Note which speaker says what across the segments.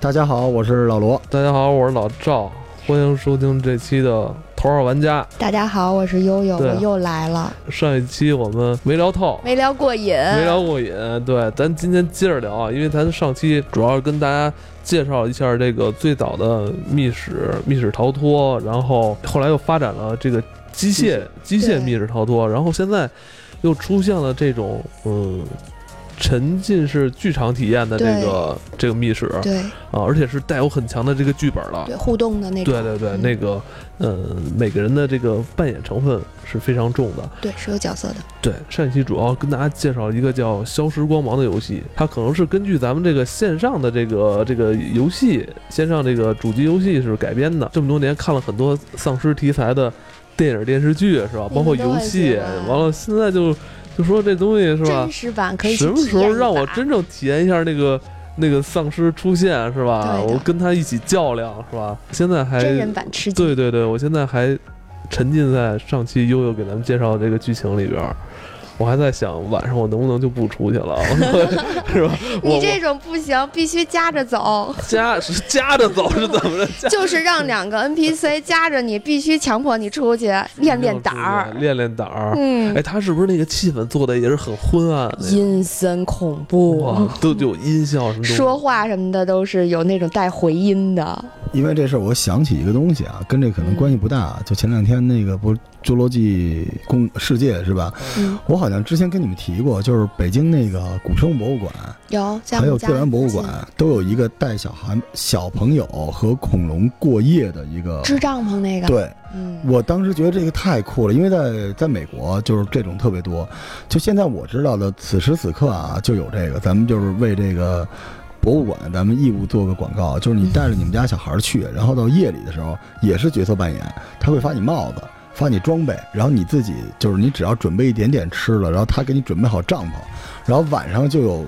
Speaker 1: 大家好，我是老罗。
Speaker 2: 大家好，我是老赵，欢迎收听这期的《头号玩家
Speaker 3: 大家好，我是悠悠，
Speaker 2: 对啊
Speaker 3: 我又来了，》。
Speaker 2: 上一期我们没聊透，
Speaker 3: 没聊过瘾，
Speaker 2: 没聊过瘾，对，咱今天接着聊啊，因为咱上期主要是跟大家介绍一下这个最早的密室、密室逃脱，然后后来又发展了这个机械机械
Speaker 3: 对
Speaker 2: 密室逃脱，然后现在又出现了这种嗯沉浸式剧场体验的这个这个密室
Speaker 3: 对
Speaker 2: 啊，而且是带有很强的这个剧本了。
Speaker 3: 对，互动的那种，
Speaker 2: 对对对，
Speaker 3: 嗯
Speaker 2: 那个，呃，每个人的这个扮演成分是非常重的。
Speaker 3: 对是有角色的，
Speaker 2: 对，上一期主要跟大家介绍一个叫《消失光芒》的游戏，它可能是根据咱们这个线上的这个这个游戏，线上这个主机游戏是改编的。这么多年看了很多丧尸题材的电影电视剧，是吧？包括
Speaker 3: 你们都
Speaker 2: 游
Speaker 3: 很
Speaker 2: 戏
Speaker 3: 喜欢，
Speaker 2: 完了现在就就说这东西是吧
Speaker 3: 真？实版可以去
Speaker 2: 什么时
Speaker 3: 体
Speaker 2: 候
Speaker 3: 验一
Speaker 2: 让我
Speaker 3: 把
Speaker 2: 真正体验一下那个那个丧尸出现是吧？
Speaker 3: 对的
Speaker 2: 我跟他一起较量是吧？现在还
Speaker 3: 真人版 吃鸡？
Speaker 2: 对对对，我现在还沉浸在上期悠悠给咱们介绍的这个剧情里边儿，我还在想晚上我能不能就不出去了， 是吧？我
Speaker 3: 你这种不行，必须夹着走，
Speaker 2: 我 夹是夹着走是怎么着？夹
Speaker 3: 就是让两个 NPC 夹着你，必须强迫你出去练练胆
Speaker 2: 出
Speaker 3: 儿
Speaker 2: 去，练练胆儿。
Speaker 3: 嗯
Speaker 2: 哎，，他是不是那个气氛做的也是很昏暗那种？
Speaker 3: 阴森恐怖嗯
Speaker 2: 哇，，都有音效什么的。
Speaker 3: 说话什么的都是有那种带回音的，
Speaker 1: 因为这事儿，我想起一个东西啊，跟这可能关系不大。啊就前两天那个不《侏罗纪公世界》是吧？
Speaker 3: 嗯，
Speaker 1: 我好像之前跟你们提过，就是北京那个古生物博物馆，
Speaker 3: 有在
Speaker 1: 还
Speaker 3: 我们
Speaker 1: 有
Speaker 3: 家
Speaker 1: 自然博物
Speaker 3: 附近
Speaker 1: 馆，都有一个带小孩、小朋友和恐龙过夜的一个。
Speaker 3: 支帐篷那个，
Speaker 1: 对，
Speaker 3: 嗯，
Speaker 1: 我当时觉得这个太酷了，因为在在美国就是这种特别多。就现在我知道的，此时此刻啊，就有这个，咱们就是为这个博物馆，咱们义务做个广告，就是你带着你们家小孩儿去，然后到夜里的时候也是角色扮演，他会发你帽子。发你装备，然后你自己就是你只要准备一点点吃的，然后他给你准备好帐篷，然后晚上就有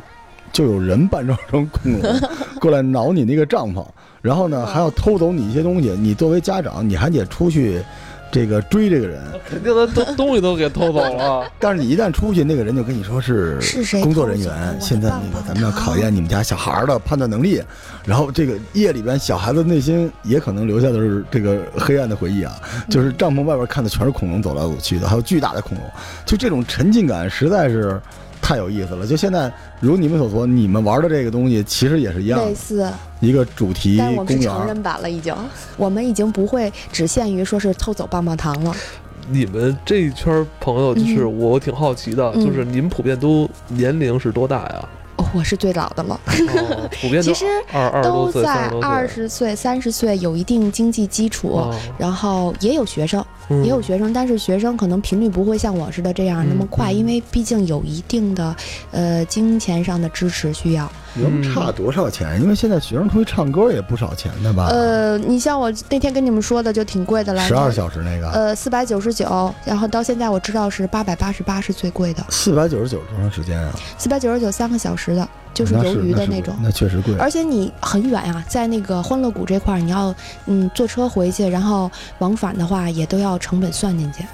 Speaker 1: 就有人扮装成恐龙过来挠你那个帐篷，然后呢还要偷走你一些东西。你作为家长，你还得出去这个追这个人，
Speaker 2: 肯定他东东西都给偷走 了。
Speaker 1: 但是你一旦出去，那个人就跟你说是
Speaker 3: 是谁
Speaker 1: 工作人
Speaker 3: 偷走我
Speaker 1: 员，
Speaker 3: 的
Speaker 1: 现在
Speaker 3: 棒
Speaker 1: 那个
Speaker 3: 棒
Speaker 1: 咱们要
Speaker 3: 糖
Speaker 1: 考验你们家小孩儿的判断能力。然后这个夜里边小孩子内心也可能留下的是这个黑暗的回忆啊，
Speaker 3: 嗯
Speaker 1: 就是帐篷外边看的全是恐龙走来走去的，还有巨大的恐龙，就这种沉浸感实在是太有意思了。就现在如你们所说，你们玩的这个东西其实也是一样的
Speaker 3: 类似，
Speaker 1: 一个主题
Speaker 3: 但我们
Speaker 1: 公
Speaker 3: 是
Speaker 1: 园
Speaker 3: 成
Speaker 1: 儿。
Speaker 3: 人版了，已经，我们已经不会只限于说是偷走棒棒糖了。
Speaker 2: 你们这一圈儿朋友，就是我挺好奇的，
Speaker 3: 嗯
Speaker 2: 就是你们普遍都年龄是多大 呀？
Speaker 3: 哦，我是最老的了，
Speaker 2: 哦普遍都
Speaker 3: 其实
Speaker 2: 二二十多
Speaker 3: 都
Speaker 2: 岁、三
Speaker 3: 在
Speaker 2: 十多岁。
Speaker 3: 二十岁、三十岁有一定经济基础，
Speaker 2: 哦
Speaker 3: 然后也有学生，
Speaker 2: 嗯
Speaker 3: 也有学生，但是学生可能频率不会像我似的这样那么快，
Speaker 2: 嗯嗯
Speaker 3: 因为毕竟有一定的呃金钱上的支持需要。
Speaker 1: 能差多少钱？因为现在学生出去唱歌也不少钱的
Speaker 2: 啊
Speaker 1: 吧？
Speaker 3: 呃，你像我那天跟你们说的就挺贵的了，
Speaker 1: 十二
Speaker 2: 啊
Speaker 1: 小时那个。
Speaker 3: 呃四百九十九，然后到现在我知道是八百八十八是最贵的，
Speaker 1: 四百九十九多长时间啊？
Speaker 3: 四百九十九三个小时的，就是
Speaker 1: 那
Speaker 3: 鱿鱼的
Speaker 1: 那
Speaker 3: 那种。
Speaker 1: 那确实贵。
Speaker 3: 而且你很远啊，在那个欢乐谷这块儿，你要嗯坐车回去，然后往返的话也都要成本算进去。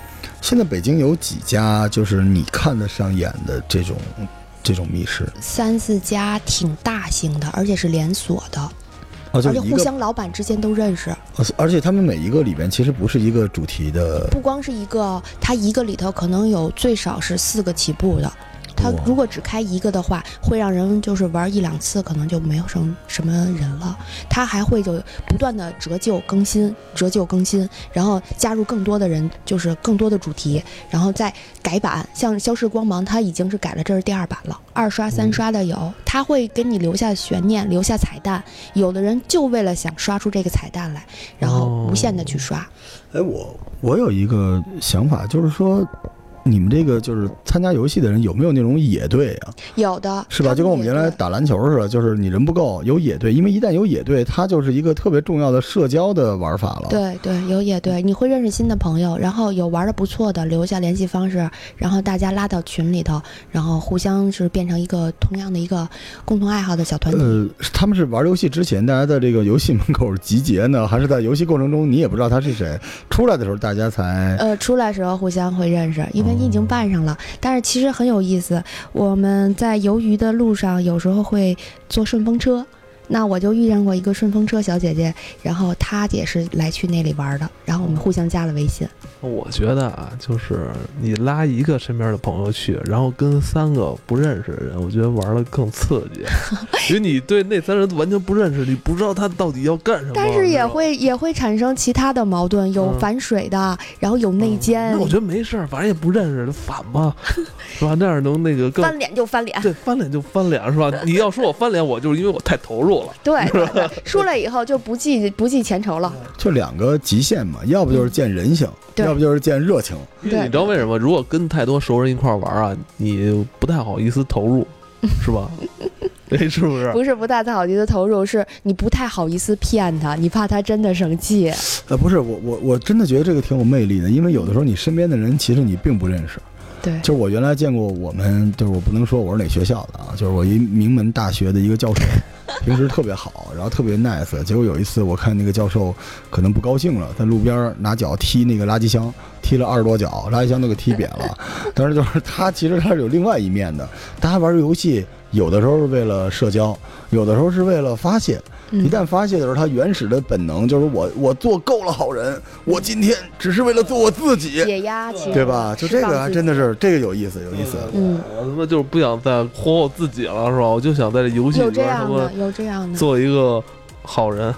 Speaker 1: 现在北京有几家就是你看得上眼的这种这种密室
Speaker 3: 三四家挺大型的，而且是连锁的，
Speaker 1: 啊？就
Speaker 3: 而
Speaker 1: 是
Speaker 3: 且
Speaker 1: 一
Speaker 3: 互
Speaker 1: 个，哦
Speaker 3: 相老板之间都认识。
Speaker 1: 而且他们每一个里边其实不是一个主题的，
Speaker 3: 不光是一个，它一个里头可能有最少是四个起步的。它
Speaker 1: 哇
Speaker 3: 如果只开一个的话，会让人就是玩一两次，可能就没有什么什么人了。它还会有不断的折旧更新，折旧更新，然后加入更多的人，就是更多的主题，然后再改版。像《消逝光芒》，它已经是改了，这是第二版了，二刷、
Speaker 1: 嗯
Speaker 3: 三刷的有。它会给你留下悬念，留下彩蛋。有的人就为了想刷出这个彩蛋来，然后无限的去刷。
Speaker 1: 哎，我我有一个想法，就是说。你们这个就是参加游戏的人有没有那种野队啊？
Speaker 3: 有的
Speaker 1: 是吧？
Speaker 3: 他
Speaker 1: 就跟我们
Speaker 3: 也
Speaker 1: 原来
Speaker 3: 对
Speaker 1: 打篮球似的，就是你人不够有野队，因为一旦有野队，它就是一个特别重要的社交的玩法了。，
Speaker 3: 对对，有也对，你会认识新的朋友，然后有玩的不错的，留下联系方式，然后大家拉到群里头，然后互相是变成一个同样的一个共同爱好的小团体。
Speaker 1: 呃，他们是玩游戏之前，大家在这个游戏门口集结呢，还是在游戏过程中你也不知道他是谁？出来的时候大家才
Speaker 3: 呃，出来时候互相会认识，因为你已经办上了。但是其实很有意思，我们在游鱼的路上有时候会坐顺风车，那我就遇见过一个顺风车小姐姐，然后她也是来去那里玩的，然后我们互相加了微信。
Speaker 2: 我觉得啊，就是你拉一个身边的朋友去，然后跟三个不认识的人，我觉得玩的更刺 激，因为你对那三人完全不认识，你不知道他到底要干什么。
Speaker 3: 但是
Speaker 2: 你知
Speaker 3: 也
Speaker 2: 道吗
Speaker 3: 会也会产生其他的矛盾，有
Speaker 2: 嗯
Speaker 3: 反水的，然后有内奸
Speaker 2: 那，我觉得没事儿，反正也不认识，就反 吧，是吧？那样能那个更
Speaker 4: 翻脸就翻脸，
Speaker 2: 对翻脸就翻脸是吧？你要说我翻脸，我就是因为我太投入了。
Speaker 3: 对对对，输了以后就不计不计前仇了。
Speaker 1: 就两个极限嘛，要不就是见人性，
Speaker 3: 对
Speaker 1: 要不就是见热情。
Speaker 2: 因为你知道为什么？如果跟太多熟人一块儿玩儿啊，你不太好意思投入，是 吧？哎，是不是？
Speaker 3: 不是不太好意思投入，是你不太好意思骗他，你怕他真的生气。
Speaker 1: 呃，不是我我我真的觉得这个挺有魅力的，因为有的时候你身边的人其实你并不认识。
Speaker 3: 对，
Speaker 1: 就是我原来见过我们，就是我不能说我是哪学校的啊，就是我一名门大学的一个教授， 平时特别好，然后特别 nice。结果有一次我看那个教授可能不高兴了，在路边儿拿脚踢那个垃圾箱，踢了二十多脚，垃圾箱都给踢扁了。 但是就是他其实他是有另外一面的，大家玩儿游戏有的时候是为了社交，有的时候是为了发泄。一
Speaker 3: 嗯，
Speaker 1: 旦发泄的时候，他原始的本能就是我我做够了好人，我今天只是为了做我自己。
Speaker 3: 解压其实
Speaker 1: 对吧？就这个还真的
Speaker 3: 是
Speaker 1: 是这个有意思，有意思。啊
Speaker 3: 嗯
Speaker 2: 我他妈就是不想再活我自己了，是吧？我就想在这游戏
Speaker 3: 有
Speaker 2: 里
Speaker 3: 这
Speaker 2: 边儿他
Speaker 3: 样
Speaker 2: 妈
Speaker 3: 的，有这样的，嗯
Speaker 2: 做一个好人。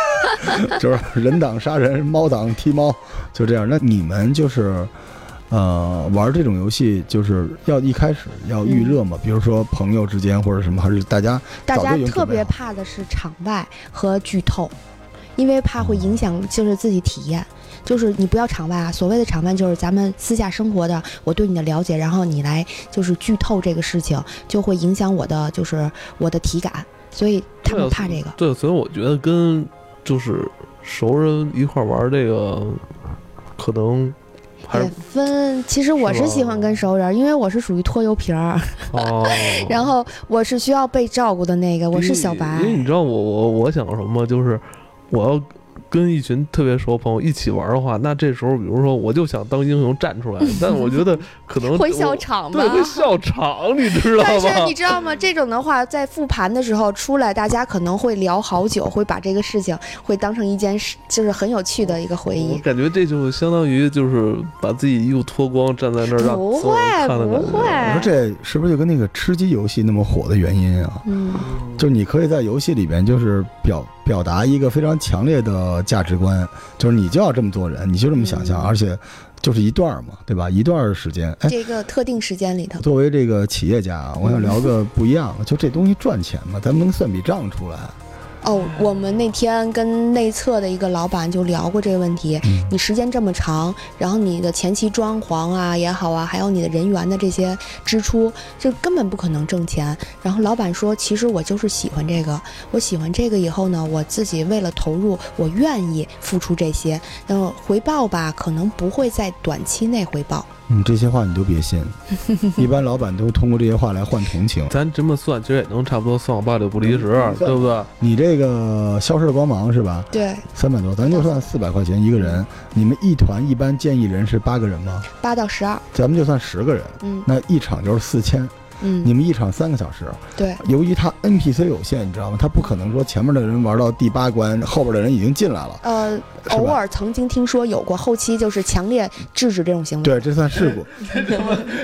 Speaker 1: 就是人挡杀人，猫挡踢猫，就这样。那你们就是，呃，玩这种游戏就是要一开始要预热嘛，比如说朋友之间或者什么，还是大家
Speaker 3: 大
Speaker 1: 早
Speaker 3: 家
Speaker 1: 就已经
Speaker 3: 特
Speaker 1: 准备
Speaker 3: 别
Speaker 1: 好了
Speaker 3: 怕的是场外和剧透，因为怕会影
Speaker 2: 嗯
Speaker 3: 响就是自己体验。就是你不要场外啊，所谓的场外就是咱们私下生活的，我对你的了解，然后你来就是剧透这个事情，就会影响我的就是我的体感，所以他们怕这个。
Speaker 2: 对，啊所以我觉得跟就是熟人一块儿玩儿这个，可能还
Speaker 3: 也
Speaker 2: 是
Speaker 3: 分，其实我
Speaker 2: 是
Speaker 3: 是
Speaker 2: 吧
Speaker 3: 喜欢跟熟人，因为我是属于拖油瓶儿，
Speaker 2: 哦。
Speaker 3: 然后我是需要被照顾的那个，我是小白
Speaker 2: 因为，因为你知道我我我想什么吗？就是我要跟一群特别熟的朋友一起玩儿的话，那这时候比如说我就想当英雄站出来，但我觉得可能
Speaker 3: 会笑
Speaker 2: 我
Speaker 3: 场吧
Speaker 2: 对，？会笑场，你知道
Speaker 3: 但
Speaker 2: 吗？
Speaker 3: 是你知道吗？这种的话，在复盘的时候出来，大家可能会聊好久，会把这个事情会当成一件事，就是很有趣的一个回
Speaker 2: 我
Speaker 3: 忆。
Speaker 2: 感觉这就相当于就是把自己衣服脱光站在那儿让
Speaker 3: 不
Speaker 2: 所有人
Speaker 3: 会，
Speaker 2: 看的感觉。
Speaker 3: 不
Speaker 1: 你说
Speaker 3: 会，
Speaker 1: 这是不是就跟那个吃鸡游戏那么火的原因啊？
Speaker 3: 嗯，
Speaker 1: 就是你可以在游戏里边，就是表表达一个非常强烈的价值观，就是你就要这么做人，你就这么想象，而且就是一段儿嘛，对吧？一段儿时间，哎，
Speaker 3: 这个特定时间里头，
Speaker 1: 作为这个企业家啊，我想聊个不一样的，就这东西赚钱嘛，咱们能算笔账出来。
Speaker 3: 哦，我们那天跟内测的一个老板就聊过这个问题。你时间这么长，然后你的前期装潢啊也好啊，还有你的人员的这些支出，就根本不可能挣钱。然后老板说，其实我就是喜欢这个，我喜欢这个以后呢，我自己为了投入，我愿意付出这些，那么回报吧，可能不会在短期内回报。
Speaker 1: 嗯，这些话你都别信，一般老板都通过这些话来换同情。
Speaker 2: 咱这么算，其实也能差不多算个八九不离十，对不对？
Speaker 1: 你这个消失的光芒是吧？
Speaker 3: 对，
Speaker 1: 三百多，咱就算四百块钱一个人。你们一团一般建议人是八个人吗？
Speaker 3: 八到十二，
Speaker 1: 咱们就算十个人，
Speaker 3: 嗯
Speaker 1: 那一场就是四千。你
Speaker 3: 嗯，
Speaker 1: 们一场三个小时，
Speaker 3: 对，
Speaker 1: 由于他 NPC 有限，你知道吗？他不可能说前面的人玩到第八关，后边的人已经进来了，
Speaker 3: 呃，
Speaker 1: 是
Speaker 3: 偶
Speaker 1: 吧？
Speaker 3: 尔曾经听说有过，后期就是强烈制止这种行为。
Speaker 1: 对，这算事 故。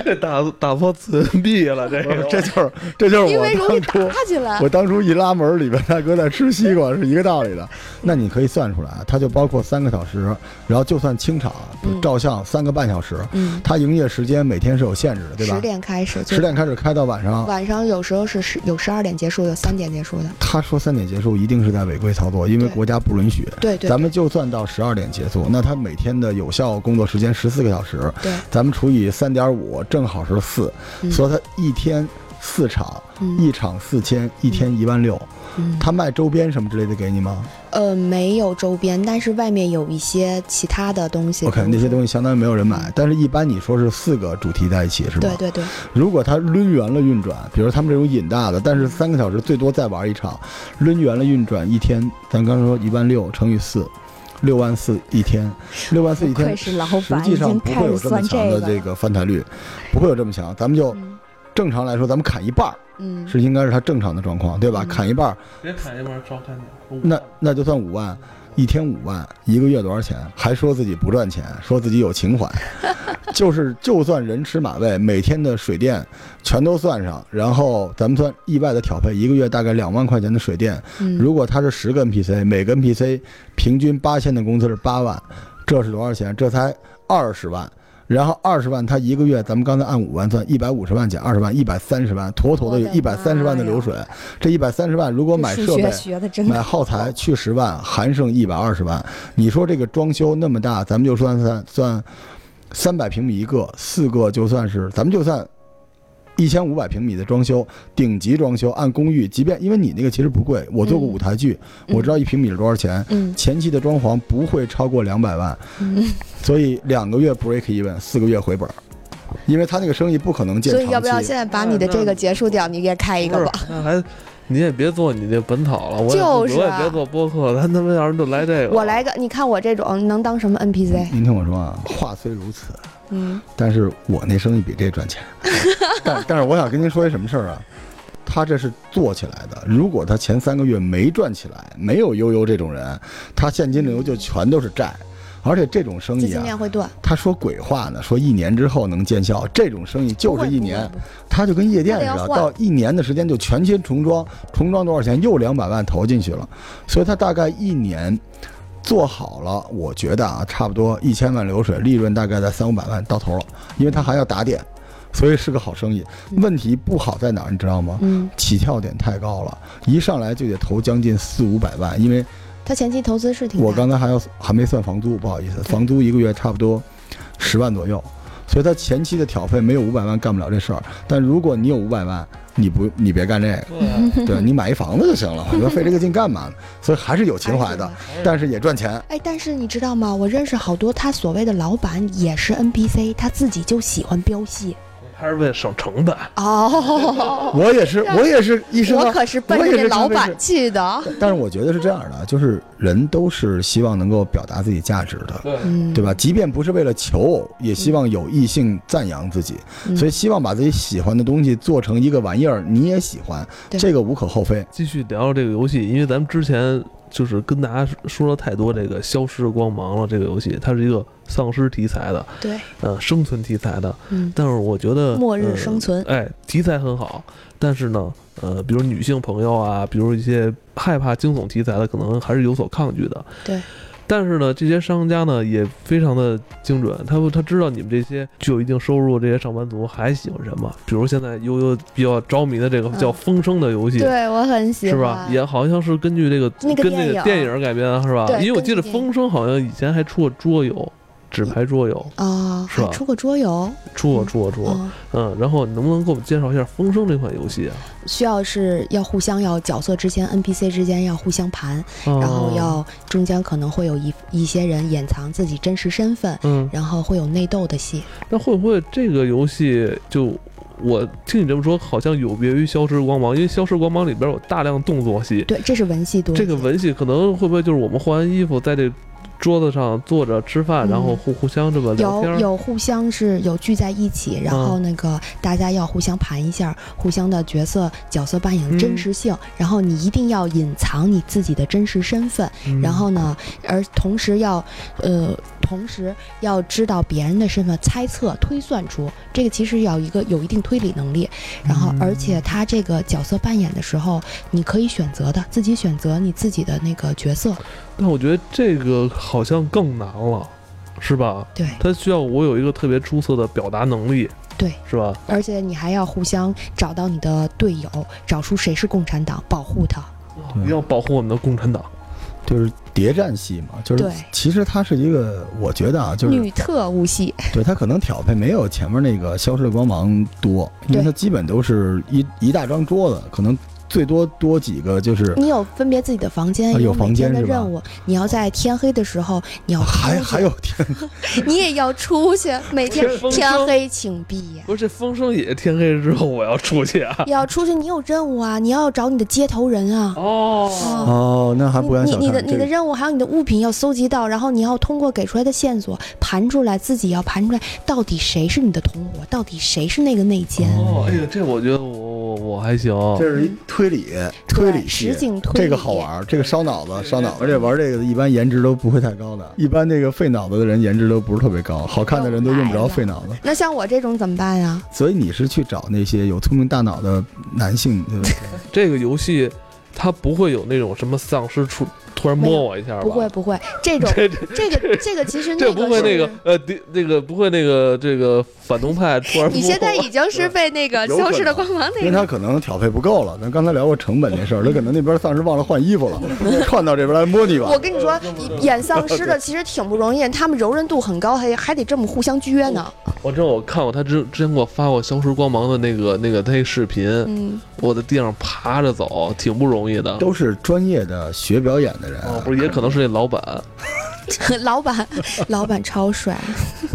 Speaker 2: 这打打破次元壁了，这个
Speaker 1: 这就是这就是
Speaker 3: 因
Speaker 1: 我
Speaker 3: 为容易
Speaker 1: 当初
Speaker 3: 打起来
Speaker 1: 我。当初一拉门里边大哥在吃西瓜是一个道理的。那你可以算出来，它就包括三个小时，然后就算清场
Speaker 3: 嗯
Speaker 1: 照相三个半小时，
Speaker 3: 嗯，
Speaker 1: 它营业时间每天是有限制的，对吧
Speaker 3: 十？点开始，就
Speaker 1: 十点开始开到晚上，
Speaker 3: 晚上有时候是十有十二点结束，有三点结束的。
Speaker 1: 他说三点结束一定是在违规操作，因为
Speaker 3: 对
Speaker 1: 国家不允许。
Speaker 3: 对对
Speaker 1: 咱们就算到十二点结束，那他每天的有效工作时间十四个小时，
Speaker 3: 对，
Speaker 1: 咱们除以三点五正好是四，
Speaker 3: 嗯
Speaker 1: 所以他一天四场，
Speaker 3: 嗯
Speaker 1: 一场四千，一天一万六。
Speaker 3: 嗯，
Speaker 1: 他卖周边什么之类的给你吗
Speaker 3: 呃，没有周边，但是外面有一些其他的东西。
Speaker 1: ？OK，那些东
Speaker 3: 西。
Speaker 1: 西相当于没有人买，但是一般你说是四个主题在一起是吧哦
Speaker 3: 对？对对，
Speaker 1: 如果它抡圆了运转，比如他们这种引大的，但是三个小时最多再玩一场，抡圆了运转一天，咱刚说一万六乘以四。六万四一天，六万四
Speaker 4: 不
Speaker 1: 一
Speaker 4: 愧
Speaker 1: 天，
Speaker 4: 是老板
Speaker 1: 实际上不会有这么强的
Speaker 4: 已经开始算这
Speaker 1: 这
Speaker 4: 个
Speaker 1: 个翻台率，不会有这么强。咱们就
Speaker 3: 嗯
Speaker 1: 正常来说，咱们砍一半儿
Speaker 3: 嗯，
Speaker 1: 是应该是它正常的状况，对吧？
Speaker 3: 嗯
Speaker 1: 砍一半儿，
Speaker 2: 别砍一半少砍点。
Speaker 1: 那那就算五万，一天五万，一个月多少钱？还说自己不赚钱，说自己有情怀， 就是就算人吃马喂，每天的水电全都算上，然后咱们算意外的调配，一个月大概两万块钱的水电，
Speaker 3: 嗯
Speaker 1: 如果他是十个 NPC，每个 NPC 平均八千的工资是八万，这是多少钱？这才二十万。然后二十万，他一个月，咱们刚才按五万算，一百五十万减二十万，一百三十万，妥妥的有
Speaker 3: 我
Speaker 1: 一
Speaker 3: 的
Speaker 1: 百
Speaker 3: 妈
Speaker 1: 三十万的流水。这一百三十万，如果买
Speaker 4: 这
Speaker 1: 设备
Speaker 4: 数学、学 的真
Speaker 1: 买耗材去十万，还剩一百二十万。你说这个装修那么大，咱们就算算算三百平米一个，四个就算是，咱们就算一千五百平米的装修，顶级装修，按公寓，即便因为你那个其实不贵，我做过
Speaker 3: 嗯
Speaker 1: 舞台剧，我知道一平米是多少钱。
Speaker 3: 嗯
Speaker 1: 前期的装潢不会超过两百万，
Speaker 3: 嗯，
Speaker 1: 所以两个月 break even，四个月回本儿，因为他那个生意不可能建
Speaker 4: 所
Speaker 1: 长期。
Speaker 4: 以要不要现在把你的这个结束掉？你给开一个吧。
Speaker 2: 那还你也别做你这本讨了，我也
Speaker 4: 就是啊
Speaker 2: 我也别做播客了，咱他妈要是就来这个，
Speaker 4: 我来个，你看我这种能当什么 NPC？
Speaker 1: 您听我说啊，话虽如此，
Speaker 4: 嗯，
Speaker 1: 但是我那生意比这赚钱。 但但是我想跟您说一什么事儿啊？他这是做起来的。如果他前三个月没赚起来，没有悠悠这种人，他现金流就全都是债。而且这种生
Speaker 3: 资
Speaker 1: 意
Speaker 3: 金
Speaker 1: 啊，
Speaker 3: 链会断，
Speaker 1: 他说鬼话呢，说一年之后能见效。这种生意就是
Speaker 3: 不会
Speaker 1: 一
Speaker 3: 不会
Speaker 1: 年
Speaker 3: 不，会
Speaker 1: 他就跟夜店似
Speaker 3: 那得要
Speaker 1: 的，
Speaker 3: 换
Speaker 1: 到一年的时间就全新重装，重装多少钱？又两百万投进去了，所以他大概一年做好了，我觉得啊，差不多一千万流水，利润大概在三五百万到头了，因为他还要打点，所以是个好生意。
Speaker 3: 嗯
Speaker 1: 问题不好在哪儿，你知道吗？
Speaker 3: 嗯，
Speaker 1: 起跳点太高了，一上来就得投将近四五百万，因为
Speaker 3: 他前期投资是挺大
Speaker 1: 我刚才还要还没算房租，不好意思，房租一个月差不多十万左右，所以他前期的挑费没有五百万干不了这事儿。但如果你有五百万，你不你别干这个，
Speaker 2: 对啊
Speaker 1: 对你买一房子就行了，你说费这个劲干嘛呢？所以还是有情怀的，但是也赚钱。
Speaker 3: 哎，但是你知道吗？我认识好多他所谓的老板也是 NPC，他自己就喜欢飙戏
Speaker 2: 还是为了省成本。
Speaker 4: 哦，
Speaker 1: 我也是，我也是医生
Speaker 4: 我
Speaker 1: 啊。
Speaker 4: 可是奔
Speaker 1: 我也
Speaker 4: 着这
Speaker 1: 是
Speaker 4: 老
Speaker 1: 这么
Speaker 4: 板去的。
Speaker 1: 但是我觉得是这样的，啊就是人都是希望能够表达自己价值的，
Speaker 2: 对
Speaker 3: 嗯，
Speaker 1: 对吧？？即便不是为了求偶，也希望有异性赞扬自己，
Speaker 3: 嗯
Speaker 1: 所以希望把自己喜欢的东西做成一个玩意儿，你也喜欢，
Speaker 3: 对
Speaker 1: 这个无可厚非。
Speaker 2: 继续聊聊这个游戏，因为咱们之前就是跟大家说了太多这个《消失的光芒》了，这个游戏它是一个丧尸题材的，
Speaker 3: 对，
Speaker 2: 呃，生存题材的，
Speaker 3: 嗯，
Speaker 2: 但是我觉得
Speaker 3: 末日
Speaker 2: 呃
Speaker 3: 生存
Speaker 2: 哎，题材很好，但是呢，呃，比如女性朋友啊，比如一些害怕惊悚题材的，可能还是有所抗拒的。
Speaker 3: 对。
Speaker 2: 但是呢，这些商家呢也非常的精准，他他知道你们这些具有一定收入的这些上班族还喜欢什么，比如现在悠悠比较着迷的这个
Speaker 4: 嗯
Speaker 2: 叫《风声》的游戏，
Speaker 4: 对我很喜
Speaker 2: 是
Speaker 4: 欢。
Speaker 2: 吧？也好像是根据这个
Speaker 4: 那个
Speaker 2: 跟那个
Speaker 4: 电
Speaker 2: 电
Speaker 4: 影
Speaker 2: 影改编啊是吧？
Speaker 4: 对
Speaker 2: 因为我记得
Speaker 4: 根据电影
Speaker 2: 《风声》好像以前还出过桌游，纸牌桌游，
Speaker 3: 啊，
Speaker 2: 是吧
Speaker 3: 还出过桌游，
Speaker 2: 出过出过出过。
Speaker 3: 嗯，
Speaker 2: 嗯，然后你能不能给我们介绍一下《风声》这款游戏啊？
Speaker 3: 需要是要互相要角色之间 NPC 之间要互相盘，
Speaker 2: 然
Speaker 3: 然后要中间可能会有一一些人掩藏自己真实身份，
Speaker 2: 嗯，
Speaker 3: 然后会有内斗的戏。
Speaker 2: 那会不会这个游戏就我听你这么说，好像有别于《消失光芒》，因为《消失光芒》里边有大量动作戏，
Speaker 3: 对，这是文戏多一些。
Speaker 2: 这个文戏可能会不会就是我们换完衣服在这桌子上坐着吃饭，
Speaker 3: 嗯
Speaker 2: 然后互互相这么聊天
Speaker 3: 有
Speaker 2: 儿？嗯
Speaker 3: 有互相是有聚在一起，然后那个大家要互相盘一下互相的角色角色扮演的
Speaker 2: 嗯
Speaker 3: 真实性，然后你一定要隐藏你自己的真实身份，
Speaker 2: 嗯
Speaker 3: 然后呢，而同时要呃同时要知道别人的身份，猜测推算出这个其实要一个有一定推理能力，然后
Speaker 2: 嗯
Speaker 3: 而且他这个角色扮演的时候，你可以选择的自己选择你自己的那个角色，
Speaker 2: 但我觉得这个好像更难了，是吧？
Speaker 3: 对。
Speaker 2: 它需要我有一个特别出色的表达能力，
Speaker 3: 对，
Speaker 2: 是吧？
Speaker 3: 而且你还要互相找到你的队友，找出谁是共产党，保护他。
Speaker 1: 对
Speaker 2: 要保护我们的共产党。
Speaker 1: 就是谍战戏嘛，就是
Speaker 3: 对
Speaker 1: 其实它是一个，我觉得啊，就是
Speaker 4: 女特务系，
Speaker 1: 对它可能挑配没有前面那个《消失的光芒》多，因为
Speaker 3: 对
Speaker 1: 它基本都是一一大张桌子，可能最多多几个就是
Speaker 3: 你有分别自己的房间，
Speaker 1: 啊有
Speaker 3: 有每
Speaker 1: 房间
Speaker 3: 天的
Speaker 1: 是吧
Speaker 3: 任务，你要在天黑的时候，你要
Speaker 1: 还
Speaker 3: 出去
Speaker 1: 还有天，
Speaker 4: 你也要出去，每天
Speaker 2: 天风
Speaker 4: 天
Speaker 2: 声
Speaker 4: 黑请闭眼。
Speaker 2: 不是这风声也天黑之后我要出去啊。
Speaker 3: 你要出去，你有任务啊，你要找你的接头人啊。
Speaker 2: 哦，
Speaker 3: 啊
Speaker 1: 哦，那还不敢
Speaker 3: 你
Speaker 1: 小
Speaker 3: 你你的
Speaker 1: 看
Speaker 3: 你的
Speaker 1: 这个。
Speaker 3: 任务还有你的物品要搜集到，然后你要通过给出来的线索盘出来，自己要盘出来到底谁是你的同伙，到底谁是那个内奸，
Speaker 2: 哦，哎呀，这我觉得我我我还行。
Speaker 1: 这是一
Speaker 3: 哦
Speaker 1: 推理，推
Speaker 3: 对
Speaker 1: 理系
Speaker 3: 实景推理，
Speaker 1: 这个好玩儿，这个烧脑子，烧脑子。而且玩这个的一般颜值都不会太高的，一般这个费脑子的人颜值都不是特别高，好看的人都用不着费脑子。
Speaker 4: 那像我这种怎么办呀？
Speaker 1: 所以你是去找那些有聪明大脑的男性，对 吧？
Speaker 2: 这个游戏它不会有那种什么丧尸出突然
Speaker 3: 没
Speaker 2: 摸
Speaker 3: 有
Speaker 2: 我一下吧？
Speaker 3: 不会不会，这种
Speaker 2: 这这
Speaker 3: 这个这个其实
Speaker 2: 这
Speaker 3: 那
Speaker 2: 不
Speaker 3: 个
Speaker 2: 会
Speaker 3: 是
Speaker 2: 那个呃，敌那个不会那个这个反动派突然摸我。
Speaker 4: 你现在已经是被那个
Speaker 1: 有可能
Speaker 4: 消失的光芒那
Speaker 1: 因为
Speaker 4: 个
Speaker 1: 他可能挑费不够了。咱刚才聊过成本那事儿，他可能那边丧尸忘了换衣 服了，窜到这边来摸你吧
Speaker 4: 我。跟你说，演丧尸的其实挺不容易，他们柔韧度很高，还还得这么互相撅呢。
Speaker 2: 我知道，我看过他之之前给我发过消失光芒的那个那个那视频，
Speaker 4: 嗯，
Speaker 2: 我在地上爬着走，挺不容易的。
Speaker 1: 都是专业的学表演的人，
Speaker 2: 哦，不是，也可能是那老板。
Speaker 4: 老板，
Speaker 3: 老板超帅，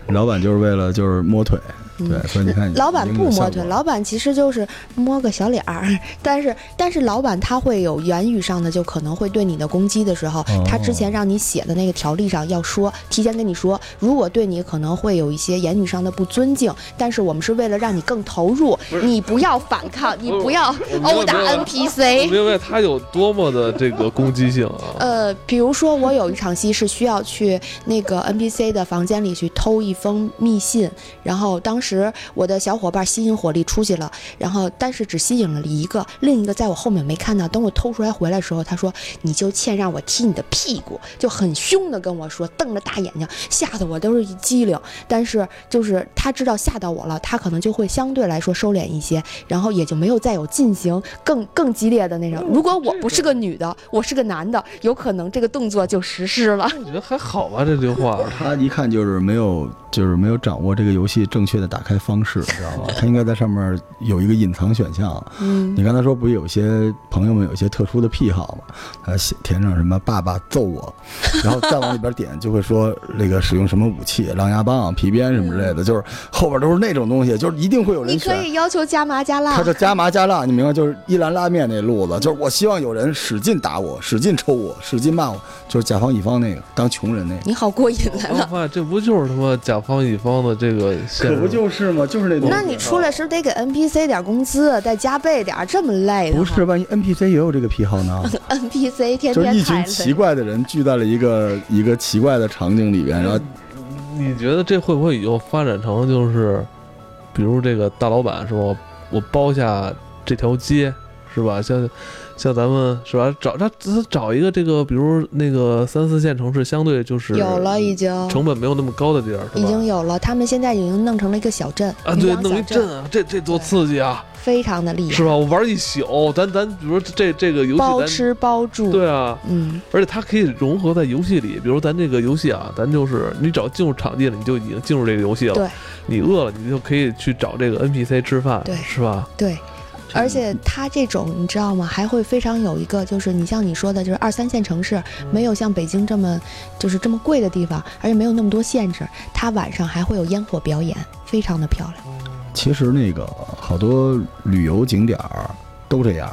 Speaker 1: 老板就是为了就是摸腿，
Speaker 3: 嗯
Speaker 1: 对，所以你看，
Speaker 3: 老板不摸腿，老板其实就是摸个小脸儿，但是但是老板他会有言语上的，就可能会对你的攻击的时候，他之前让你写的那个条例上要说，提前跟你说，如果对你可能会有一些言语上的不尊敬，但是我们是为了让你更投入，
Speaker 4: 你不要反抗，你不要
Speaker 2: 明白
Speaker 4: 殴打
Speaker 2: 明白我
Speaker 4: NPC。
Speaker 2: 明白他有多么的这个攻击性啊！
Speaker 3: 哎呃，比如说我有一场戏是需要去那个 NPC 的房间里去偷一封密信，然后当时我的小伙伴吸引火力出去了，然后但是只吸引了一个，另一个在我后面没看到。等我偷出来回来的时候，他说：“你就欠让我踢你的屁股。”就很凶的跟我说，瞪着大眼睛，吓得我都是一激灵。但是就是他知道吓到我了，他可能就会相对来说收敛一些，然后也就没有再有进行更更激烈的那种。如果我不是个女的，我是个男的，有可能这个动作就实施了。
Speaker 2: 我觉得还好吧，这句话。
Speaker 1: 他一看就是没有，就是没有掌握这个游戏正确的打开方式，知道吧？他应该在上面有一个隐藏选项。
Speaker 3: 嗯，
Speaker 1: 你刚才说不是有些朋友们有一些特殊的癖好吗？他写填上什么“爸爸揍我”， 然后再往里边点就会说那个使用什么武器，狼牙棒、啊皮鞭什么之类的，就是后边都是那种东西，就是一定会有
Speaker 4: 嗯
Speaker 1: 人
Speaker 4: 你可
Speaker 1: 选。
Speaker 4: 以要啊求加麻加
Speaker 1: 他
Speaker 4: 辣
Speaker 1: 就，加麻加辣，你明白？就是伊兰拉面那路子，就是我希望有人使劲打我，使劲抽我，使劲骂我，就是甲方乙方那个当穷人那个，
Speaker 3: 你好过瘾啊来
Speaker 2: 我
Speaker 3: 了。
Speaker 2: 发现这不就是他妈甲方乙方的这个现实？
Speaker 1: 是吗？就是那
Speaker 2: 东西
Speaker 4: 那你出来是不是得给 NPC 点工资，再加倍点儿，这么累的
Speaker 1: 不
Speaker 4: 吗。
Speaker 1: 是，万一 NPC 也有这个癖好 呢？
Speaker 4: NPC 天
Speaker 1: 就是
Speaker 4: 天
Speaker 1: 一
Speaker 4: 踩
Speaker 1: 群奇怪的人聚在了一个一个奇怪的场景里哎边，然后
Speaker 2: 你觉得这会不会以后发展成就是，比如这个大老板是吧？我我包下这条街是吧？像像咱们是吧？找他他找一个这个，比如那个三四线城市，相对就是
Speaker 3: 有了，已经
Speaker 2: 成本没有那么高的地儿，是吧
Speaker 3: 已经有了，他们现在已经弄成了一个小镇
Speaker 2: 啊，
Speaker 3: 渔
Speaker 2: 对，
Speaker 3: 港
Speaker 2: 弄一
Speaker 3: 小镇
Speaker 2: 镇啊，这这多刺激啊，
Speaker 3: 非常的厉
Speaker 2: 是
Speaker 3: 害，
Speaker 2: 吧？我玩一宿，咱咱比如说这这个游戏
Speaker 3: 包
Speaker 2: 咱。
Speaker 3: 吃包住。
Speaker 2: 对啊，
Speaker 3: 嗯，
Speaker 2: 而且它可以融合在游戏里，比如咱这个游戏啊，咱就是你只要进入场地了，你就已经进入这个游戏了。
Speaker 3: 对，
Speaker 2: 你饿了，你就可以去找这个 NPC 吃饭，
Speaker 3: 对
Speaker 2: 是吧？
Speaker 3: 对，而且它这种你知道吗？还会非常有一个，就是你像你说的，就是二三线城市没有像北京这么就是这么贵的地方，而且没有那么多限制。它晚上还会有烟火表演，非常的漂亮。
Speaker 1: 其实那个好多旅游景点儿都这样，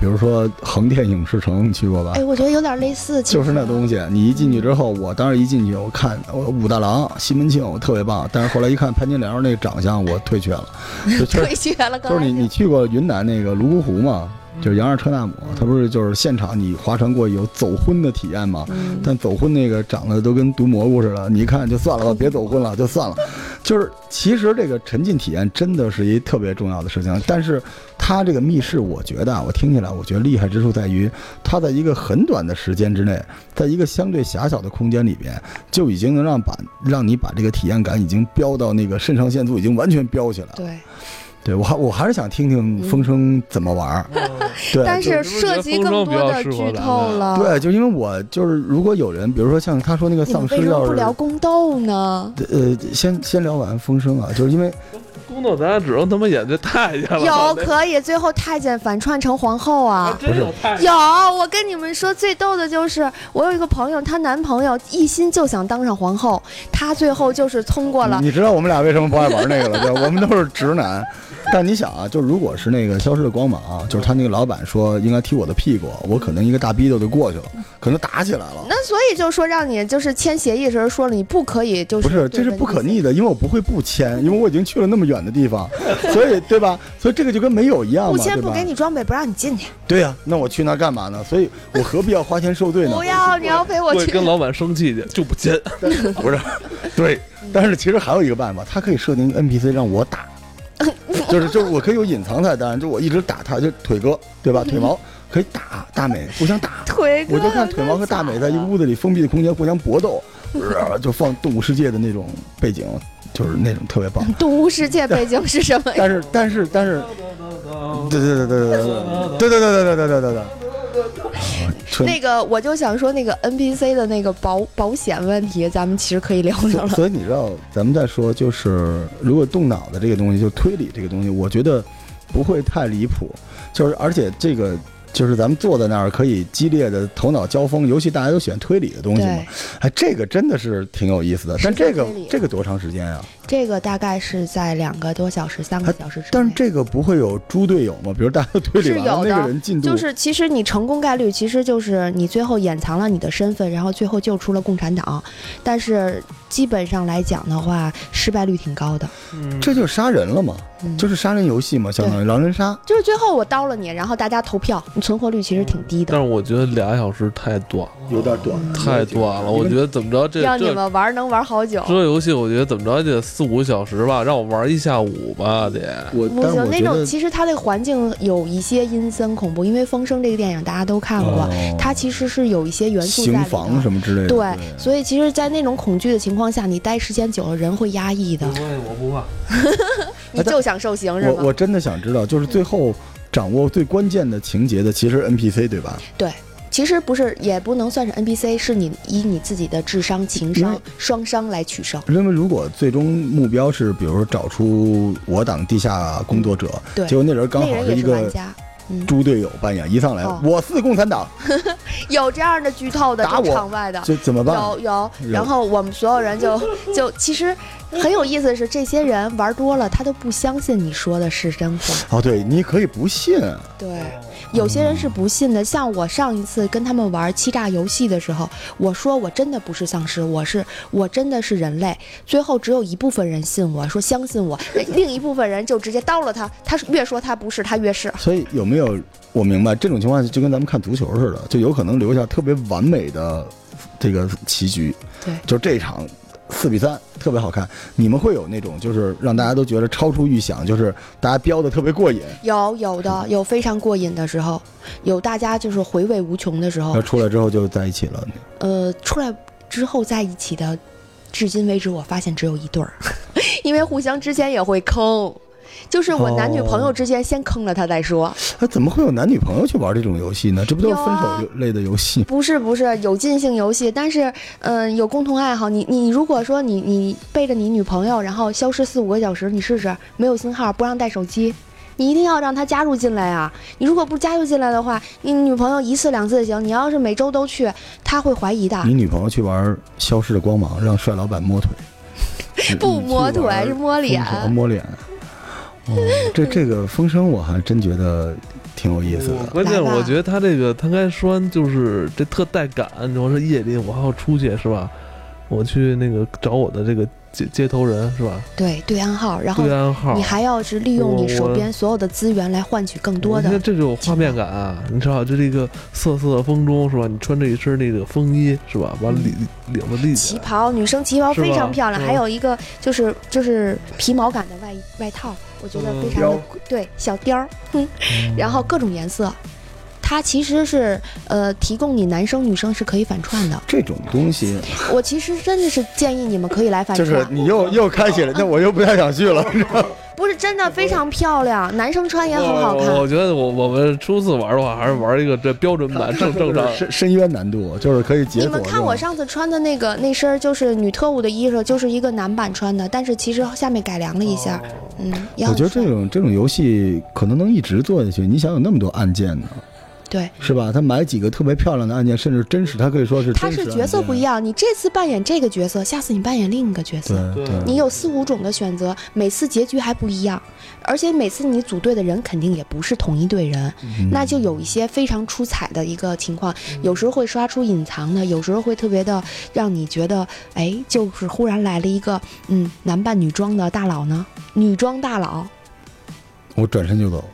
Speaker 1: 比如说横店影视城，你去过
Speaker 2: 啊
Speaker 1: 吧？
Speaker 3: 哎，我觉得有点类似，
Speaker 1: 就是那
Speaker 3: 西。
Speaker 1: 东西，你一进去之后，我当时一进去，我看我武大郎、西门庆，我特别棒，但是后来一看潘金莲那长相，我退却 了。就确实
Speaker 4: 退学了，
Speaker 1: 就是你你去过云南那个泸沽湖吗？就是杨二车纳姆，他不是就是现场你划船过去有走婚的体验吗？但走婚那个长得都跟毒蘑菇似的，你一看就算了吧，别走婚了，就算了。就是其实这个沉浸体验真的是一特别重要的事情，但是它这个密室，我觉得啊，我听起来我觉得厉害之处在于，它在一个很短的时间之内，在一个相对狭小的空间里边，就已经能让把让你把这个体验感已经飙到那个肾上腺素已经完全飙起来了。
Speaker 3: 对，
Speaker 1: 对我还我还是想听听风声怎么玩儿。 对，
Speaker 4: 嗯但是呃涉及更多的剧透了。
Speaker 1: 对，就因为我就是如果有人，比如说像他说那个
Speaker 3: 你们
Speaker 1: 丧
Speaker 3: 为
Speaker 1: 尸，
Speaker 3: 什么
Speaker 1: 要
Speaker 3: 不
Speaker 1: 是呃
Speaker 3: 聊宫斗呢？
Speaker 1: 呃先先聊完风声啊，就是因为
Speaker 2: 宫斗咱俩只能他妈演这太 监了。
Speaker 4: 有可以最后太监反串成皇后啊。
Speaker 2: 真有太
Speaker 1: 哦
Speaker 2: 监。
Speaker 4: 有，我跟你们说，最逗的就是我有一个朋友，她男朋友一心就想当上皇后，她最后就是通过了。
Speaker 1: 你知道我们俩为什么不爱玩那个了？就我们都是直男。但你想啊，就如果是那个《消失的光芒》啊，就是他那个老板说应该踢我的屁股，我可能一个大逼斗就过去了，可能打起来了。
Speaker 4: 那所以就说让你就是签协议的时候说了，你不可以就是
Speaker 1: 不是，这是不可逆的，因为我不会不签，因为我已经去了那么远的 地方，所以对吧？所以这个就跟没有一样
Speaker 4: 不
Speaker 1: 嘛，
Speaker 4: 签
Speaker 1: 对
Speaker 4: 不
Speaker 1: 吧
Speaker 4: 给？你装备，不让你进去。
Speaker 1: 对呀、那我去那干嘛呢？所以我何必要花钱受罪呢？
Speaker 4: 不要，你要陪我
Speaker 2: 会
Speaker 4: 去。
Speaker 2: 跟老板生气去，就不签。
Speaker 1: 不是，对，但是其实还有一个办法，他可以设定一个 NPC 让我打，就是就是我可以有隐藏菜单，就我一直打他，就腿哥对吧？腿毛可以打大美，互相打，
Speaker 4: 腿哥，
Speaker 1: 我就看腿毛和大美 在一个屋子里封闭的空间互相搏斗，就放动物世界的那种背景，就是那种特别棒。
Speaker 4: 动物世界背景是什 么？
Speaker 1: 但是但是但是，对对对对对对对对对对对对对对。纯
Speaker 4: 那个，我就想说那个 NPC 的那个保保险问题，咱们其实可以聊聊了。
Speaker 1: 所 所以你知道，咱们在说就是，如果动脑的这个东西，就推理这个东西，我觉得不会太离谱。就是而且这个就是咱们坐在那儿可以激烈的头脑交锋，尤其大家都喜欢推理的东西嘛
Speaker 4: 对。，
Speaker 1: 哎，这个真的是挺有意思的。
Speaker 4: 是
Speaker 1: 但这个
Speaker 4: 推理啊
Speaker 1: 这个多长时间啊？
Speaker 3: 这个大概是在两个多小时、三个小时之内。
Speaker 1: 但是这个不会有猪队友吗？比如大家都推理完了，
Speaker 4: 是有的
Speaker 1: 那个人进度
Speaker 3: 就是，其实你成功概率其实就是你最后掩藏了你的身份，然后最后救出了共产党，但是基本上来讲的话，失败率挺高的。
Speaker 2: 嗯
Speaker 1: 这就是杀人了嘛？
Speaker 3: 嗯
Speaker 1: 就是杀人游戏嘛，相当于狼人杀。
Speaker 3: 就是最后我刀了你，然后大家投票，你存活率其实挺低的。
Speaker 2: 但是我觉得俩小时太短了，
Speaker 1: 有点短，
Speaker 2: 太短了。我觉得怎么着这
Speaker 4: 让你
Speaker 2: 这
Speaker 4: 们玩儿能玩儿好久。
Speaker 2: 这游戏，我觉得怎么着也得四五个小时吧，让我玩一下午吧得。
Speaker 1: 我
Speaker 3: 不
Speaker 1: 但是
Speaker 3: 行，
Speaker 1: 我
Speaker 3: 那
Speaker 1: 觉
Speaker 3: 种
Speaker 1: 得
Speaker 3: 其实它的环境有一些阴森恐怖，因为《风声》这个电影大家都看过，
Speaker 1: 哦
Speaker 3: 它其实是有一些元素在
Speaker 1: 刑
Speaker 3: 里
Speaker 1: 房
Speaker 3: 的。
Speaker 1: 什么之类的。
Speaker 3: 对，所以其实，在那种恐惧的情况下，你待时间久了，人会压抑的。
Speaker 2: 我不怕。
Speaker 4: 你就想受刑是
Speaker 1: 嗯呃我
Speaker 4: 吗？
Speaker 1: 我真的想知道，就是最后掌握最关键的情节的，其实是 NPC 对吧？
Speaker 3: 其实不是，也不能算是 NPC，是你以你自己的智商、
Speaker 1: 因
Speaker 3: 情
Speaker 1: 为
Speaker 3: 商、双商来取胜。
Speaker 1: 因为如果最终目标是，比如说找出我党地下工作者，
Speaker 3: 嗯对
Speaker 1: 结果那人刚
Speaker 3: 那
Speaker 1: 好
Speaker 3: 人也
Speaker 1: 一
Speaker 3: 是玩
Speaker 1: 个
Speaker 3: 家，
Speaker 1: 猪队友扮演，一上来、
Speaker 3: 哦
Speaker 1: 我是共产党，
Speaker 4: 有这样的剧透的，
Speaker 1: 打
Speaker 4: 就
Speaker 1: 我
Speaker 4: 场外的。
Speaker 1: 这怎么办？
Speaker 4: 有有，
Speaker 1: 有
Speaker 4: 然后我们所有人就就其实
Speaker 3: 很有意思的是，这些人玩多了，他都不相信你说的是真话。
Speaker 1: 哦，对，你可以不信，
Speaker 3: 对，嗯有些人是不信的。像我上一次跟他们玩欺诈游戏的时候，我说我真的不是丧尸，我是我真的是人类。最后只有一部分人信我说相信我，
Speaker 4: 另一部分人就直接刀了他，他越说他不是，他越是。
Speaker 1: 所以有没有？我明白这种情况就跟咱们看足球似的，就有可能留下特别完美的这个棋局。
Speaker 3: 对
Speaker 1: 就这一场四比三特别好看。你们会有那种就是让大家都觉得超出预想，就是大家飙的特别过瘾，
Speaker 3: 有有的有非常过瘾的时候，有大家就是回味无穷的时
Speaker 4: 哦
Speaker 1: 然后
Speaker 3: 候，
Speaker 1: 出来之后就在一起了。
Speaker 3: 呃，出来之后在一起的，至今为止我发现只有一对儿，
Speaker 4: 因为互相之间也会坑，就是我男女朋友
Speaker 1: 哦
Speaker 4: 之间先坑了他再说。
Speaker 1: 哎，怎么会有男女朋友去玩这种游戏呢？这不都是分
Speaker 4: 有
Speaker 1: 手
Speaker 4: 啊
Speaker 1: 游类的游戏吗？
Speaker 4: 不是不是有尽兴游戏，但是嗯、有共同爱好。你你如果说你你背着你女朋友，然后消失四五个小时，你试试没有信号，不让带手机，你一定要让她加入进来啊！你如果不加入进来的话，你女朋友一次两次也行，你要是每周都去，她会怀疑的。
Speaker 1: 你女朋友去玩《消失的光芒》，让帅老板 摸腿，
Speaker 4: 不摸腿是摸脸。
Speaker 1: 啊，摸脸。哦，这这个风声我还真觉得挺有意思的。
Speaker 2: 关键
Speaker 3: 来吧
Speaker 2: 我觉得他这个，他刚才说完就是这特带感，你说是夜里我还要出去是吧？我去那个找我的这个接接头人是吧？
Speaker 3: 对对暗号，然后
Speaker 2: 对暗号。
Speaker 3: 你还要是利用
Speaker 2: 我
Speaker 3: 你手
Speaker 2: 我
Speaker 3: 边所有的资源来换取更多
Speaker 2: 你看
Speaker 3: 的。
Speaker 2: 这就有画面感、啊，你知道这这个瑟瑟风中是吧？你穿着一身那个风衣是吧？完了领
Speaker 3: 嗯
Speaker 2: 领子立起
Speaker 4: 旗
Speaker 2: 来，
Speaker 4: 袍，女生旗袍
Speaker 2: 是吧
Speaker 4: 非常漂亮，
Speaker 2: 嗯
Speaker 4: 还有一个就是就是皮毛感的外衣外套，我觉得非常的、
Speaker 1: 貂
Speaker 4: 对小貂儿，
Speaker 3: 然后各种颜色，它其实是呃提供你男生女生是可以反串的。
Speaker 1: 这种东西，
Speaker 3: 我其实真的是建议你们可以来反
Speaker 1: 就
Speaker 3: 串，
Speaker 1: 是你又又开启了，那我又不太想去 了。
Speaker 4: 不是真的非常漂亮，男生穿也很好
Speaker 2: 嗯我
Speaker 4: 看。
Speaker 2: 我觉得我我们初次玩的话，还是玩一个这标准版正正常。
Speaker 1: 深深渊难度就是可以解
Speaker 4: 你
Speaker 1: 锁。
Speaker 4: 们看我上次穿的那个那身儿就是女特务的衣裳，就是一个男版穿的，但是其实下面改良了一下，
Speaker 3: 嗯，也
Speaker 1: 我
Speaker 3: 很
Speaker 1: 觉得
Speaker 3: 帅
Speaker 1: 这种这种游戏可能能一直做下去。你想有那么多按键呢，
Speaker 3: 对，
Speaker 1: 是吧？他买几个特别漂亮的按键，甚至真实，他可以说是
Speaker 3: 他
Speaker 1: 真实
Speaker 3: 是角色不一
Speaker 1: 样。
Speaker 3: 样，你这次扮演这个角色，下次你扮演另一个角色，
Speaker 1: 对
Speaker 2: 对
Speaker 3: 你有四五种的选择，每次结局还不一样，而且每次你组队的人肯定也不是同一队人，
Speaker 1: 嗯
Speaker 3: 那就有一些非常出彩的一个情况，有时候会刷出隐藏的，有时候会特别的让你觉得，哎，就是忽然来了一个嗯男扮女装的大佬呢，女装大佬，
Speaker 1: 我转身就走。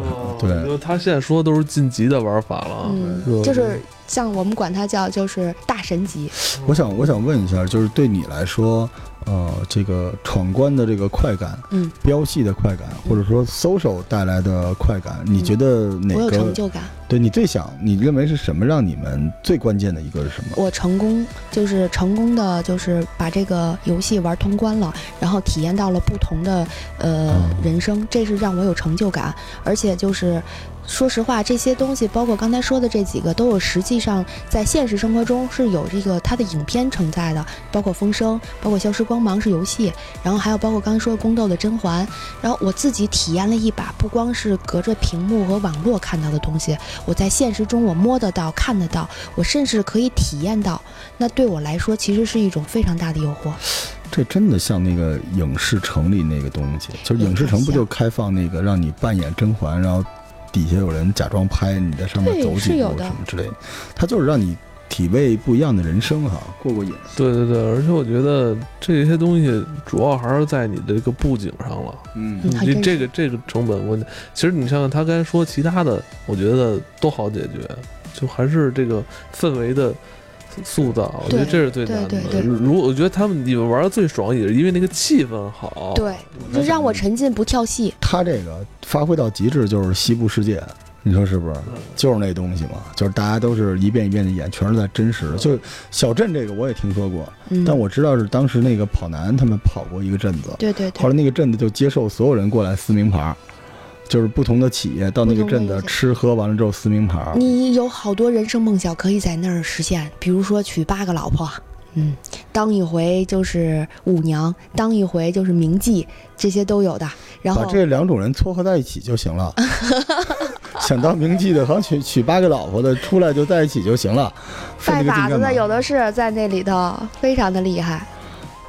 Speaker 2: 哦
Speaker 1: 对
Speaker 2: 因为他现在说的都是晋级的玩法了，啊
Speaker 3: 嗯，就是像我们管它叫就是大神级，
Speaker 1: 我想，我想问一下，就是对你来说，呃，这个闯关的这个快感，
Speaker 3: 嗯，
Speaker 1: 飙戏的快感，或者说 social 带来的快感，你觉得哪
Speaker 3: 嗯我有成
Speaker 1: 个？
Speaker 3: 就感。
Speaker 1: 对你最想，你认为是什么让你们最关键的一个是什么？
Speaker 3: 我成功就是成功的，就是把这个游戏玩通关了，然后体验到了不同的呃
Speaker 1: 嗯
Speaker 3: 人生，这是让我有成就感。而且就是说实话，这些东西包括刚才说的这几个，都有实际上在现实生活中是有这个它的影片承载的，包括《风声》，包括《消失光芒》是游戏，然后还有包括刚才说的宫斗的甄嬛，然后我自己体验了一把，不光是隔着屏幕和网络看到的东西，我在现实中我摸得到、看得到，我甚至可以体验到，那对我来说其实是一种非常大的诱惑。
Speaker 1: 这真的像那个影视城里那个东西，就是影视城不就开放那个让你扮演甄嬛，然后底下有人假装拍你在上面
Speaker 3: 对
Speaker 1: 走
Speaker 3: 是
Speaker 1: 几
Speaker 3: 有
Speaker 1: 步
Speaker 3: 的
Speaker 1: 什么之类的，它就是让你体味不一样的人生哈，过过瘾。
Speaker 2: 对对对，而且我觉得这些东西主要还是在你的这个布景上了。
Speaker 1: 嗯
Speaker 3: 嗯还
Speaker 2: 你
Speaker 3: 真
Speaker 2: 这个这个成本问题，其实你像他刚才说其他的，我觉得都好解决，就还是这个氛围的塑造，我觉得
Speaker 3: 对
Speaker 2: 这是最
Speaker 3: 对
Speaker 2: 难的
Speaker 3: 对。对
Speaker 2: 如我觉得他们你们玩的最爽，也是因为那个气氛好。
Speaker 3: 对，就让我沉浸不跳戏。
Speaker 1: 他这个发挥到极致就是西部世界，你说是不是？
Speaker 3: 嗯
Speaker 1: 就是那东西嘛，就是大家都是一遍一遍的演，全是在真实的。就小镇这个我也听说过，
Speaker 3: 嗯，
Speaker 1: 但我知道是当时那个跑男他们跑过一个镇子，
Speaker 3: 对对
Speaker 1: 后
Speaker 3: 对，
Speaker 1: 来那个镇子就接受所有人过来撕名牌儿，就是不同的企业到那个镇
Speaker 3: 不同的
Speaker 1: 子
Speaker 3: 意见
Speaker 1: 吃喝完了之后撕名牌儿。
Speaker 3: 你有好多人生梦想可以在那儿实现，比如说娶八个老婆。嗯，当一回就是舞娘，当一回就是名妓，这些都有的。然
Speaker 1: 把
Speaker 3: 后
Speaker 1: 这两种人撮合在一起就行 了。想当名妓的，好像娶娶八个老婆的，出来就在一起就行了。费
Speaker 3: 拜
Speaker 1: 那个
Speaker 3: 把
Speaker 1: 劲
Speaker 3: 子
Speaker 1: 干嘛
Speaker 3: 的有的是在那里头，非常的厉害。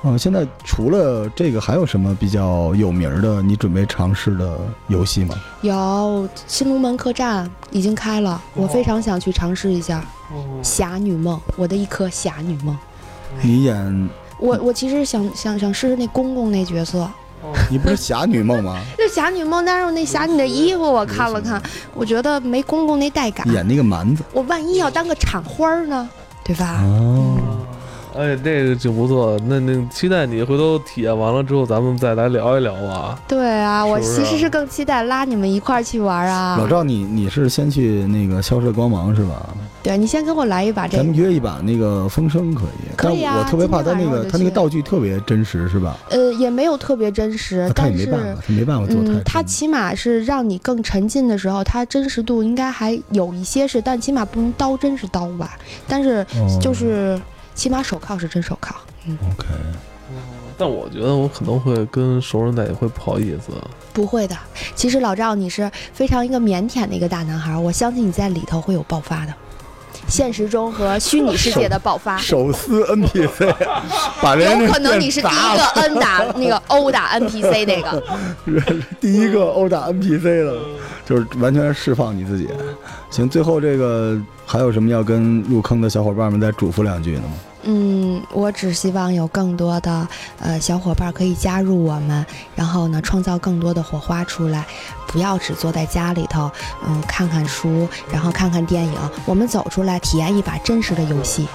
Speaker 1: 嗯，现在除了这个，还有什么比较有名儿的？你准备尝试的游戏吗？
Speaker 3: 有新龙门客栈已经开了，
Speaker 1: 哦
Speaker 3: 我非常想去尝试一下。
Speaker 2: 哦
Speaker 3: 侠女梦，我的一颗侠女梦。
Speaker 1: 你演
Speaker 3: 我
Speaker 1: 嗯
Speaker 3: 我其实想想想试试那公公那角色，
Speaker 1: 你不是侠女梦 吗？
Speaker 3: 那侠女梦，但是我那侠女的衣服我看了看，我觉得没公公那带感。
Speaker 1: 嗯演那个蛮子
Speaker 3: 我万一要当个产花儿呢，对吧？
Speaker 1: 哦，
Speaker 2: 哎，这个挺不错，那那期待你回头体验完了之后，咱们再来聊一聊吧。
Speaker 3: 对啊，我
Speaker 2: 是不是
Speaker 3: 其实是更期待拉你们一块儿去玩啊
Speaker 1: 老。赵你你是先去那个消失的光芒是吧？
Speaker 3: 对你先跟我来一把这
Speaker 1: 咱
Speaker 3: 个
Speaker 1: 们，约一把那个风声可以，
Speaker 3: 可以啊
Speaker 1: 但我特别怕他那
Speaker 3: 今天晚上
Speaker 1: 个
Speaker 3: 我就
Speaker 1: 他那个
Speaker 3: 去
Speaker 1: 道具特别真实是吧？
Speaker 3: 呃，也没有特别真实
Speaker 1: 啊，他也
Speaker 3: 呃但
Speaker 1: 没
Speaker 3: 是
Speaker 1: 办法，他没办法做太
Speaker 3: 嗯，
Speaker 1: 真。
Speaker 3: 它起码是让你更沉浸的时候，它真实度应该还有一些是，但起码不能刀真是刀吧，但是
Speaker 1: 哦
Speaker 3: 就是起码手铐是真手铐。
Speaker 1: OK，
Speaker 2: 但我觉得我可能会跟熟人在一起会不好意思，
Speaker 3: 不会的，其实老赵你是非常一个腼腆的一个大男孩，我相信你在里头会有爆发的，现实中和虚拟世界的 爆发，
Speaker 1: 手撕 NPC，把人家
Speaker 3: 啊有
Speaker 1: 那
Speaker 3: 可能你是第
Speaker 1: 店砸
Speaker 3: 一个
Speaker 1: 了，
Speaker 3: 摁打那个殴打 NPC 那个，
Speaker 1: 第一个殴打 NPC 的，就是完全释放你自己。行，最后这个还有什么要跟入坑的小伙伴们再嘱咐两句呢吗？
Speaker 3: 嗯，我只希望有更多的呃小伙伴可以加入我们，然后呢，创造更多的火花出来，不要只坐在家里头，嗯，看看书，然后看看电影，我们走出来，体验一把真实的游戏。